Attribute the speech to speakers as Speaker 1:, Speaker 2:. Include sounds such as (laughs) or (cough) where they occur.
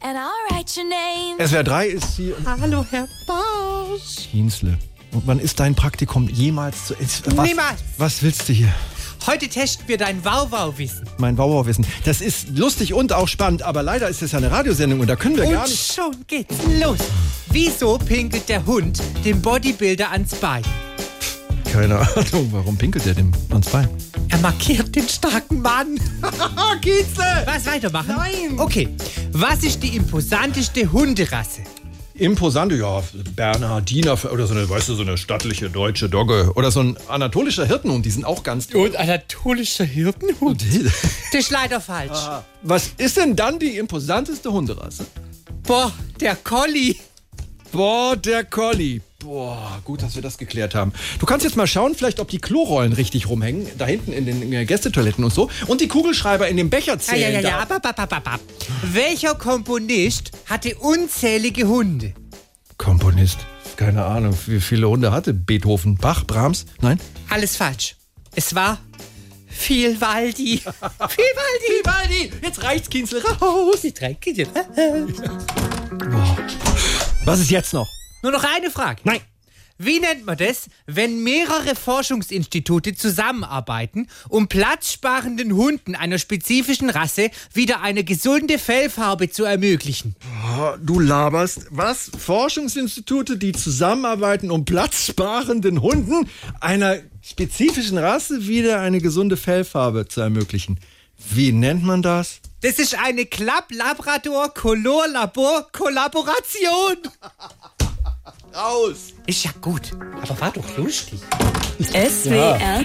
Speaker 1: and I'll write your name.
Speaker 2: SWR 3 ist hier.
Speaker 3: Hallo, Herr Barsch.
Speaker 2: Dienstle. Und wann ist dein Praktikum jemals zu. ist- Was,
Speaker 3: Niemals.
Speaker 2: Was willst du hier?
Speaker 3: Heute testen wir dein Wauwau-Wissen.
Speaker 2: Mein Bauerwissen. Das ist lustig und auch spannend, aber leider ist es ja eine Radiosendung und da können wir gar
Speaker 3: Und
Speaker 2: nicht.
Speaker 3: schon geht's los. Wieso pinkelt der Hund dem Bodybuilder ans Bein?
Speaker 2: Keine Ahnung, warum pinkelt er dem ans Bein?
Speaker 3: Er markiert den starken (laughs) Mann.
Speaker 2: Kiezle!
Speaker 3: Was weitermachen?
Speaker 2: Nein.
Speaker 3: Okay. Was ist die imposanteste Hunderasse?
Speaker 2: Imposante, ja, Bernhardiner oder so eine, weißt du, so eine stattliche deutsche Dogge oder so ein anatolischer Hirtenhund, die sind auch ganz.
Speaker 3: Und anatolischer Hirtenhund. Ah. Das ist leider falsch.
Speaker 2: Was ist denn dann die imposanteste Hunderasse?
Speaker 3: Boah, der Collie.
Speaker 2: Boah, der Collie. Boah, gut, dass wir das geklärt haben. Du kannst jetzt mal schauen, vielleicht, ob die Klorollen richtig rumhängen, da hinten in den äh, Gästetoiletten und so. Und die Kugelschreiber in dem Becher
Speaker 3: Ah,
Speaker 2: zählen.
Speaker 3: ja,
Speaker 2: da.
Speaker 3: ja, ja. Ab, ab, ab, ab, ab. Welcher Komponist hatte unzählige Hunde?
Speaker 2: Komponist. Keine Ahnung, wie viele Hunde hatte Beethoven? Bach, Brahms? Nein?
Speaker 3: Alles falsch. Es war viel (laughs) Waldi. viel Waldi.
Speaker 2: Vivaldi! Jetzt reicht's, Kienzel, raus!
Speaker 3: Die drei Kinder.
Speaker 2: Was ist jetzt noch?
Speaker 3: (laughs) Nur noch eine Frage.
Speaker 2: Nein!
Speaker 3: Wie nennt man das, wenn mehrere Forschungsinstitute zusammenarbeiten, um platzsparenden Hunden einer spezifischen Rasse wieder eine gesunde Fellfarbe zu ermöglichen?
Speaker 2: Ah, Du laberst. Was? Forschungsinstitute, die zusammenarbeiten, um platzsparenden Hunden einer spezifischen Rasse wieder eine gesunde Fellfarbe zu ermöglichen. Wie nennt man das?
Speaker 3: Das ist eine (laughs) Club-Labrador-Color-Labor-Kollaboration.
Speaker 2: Raus!
Speaker 3: Ist ja gut, aber war doch lustig.
Speaker 1: SWR 3.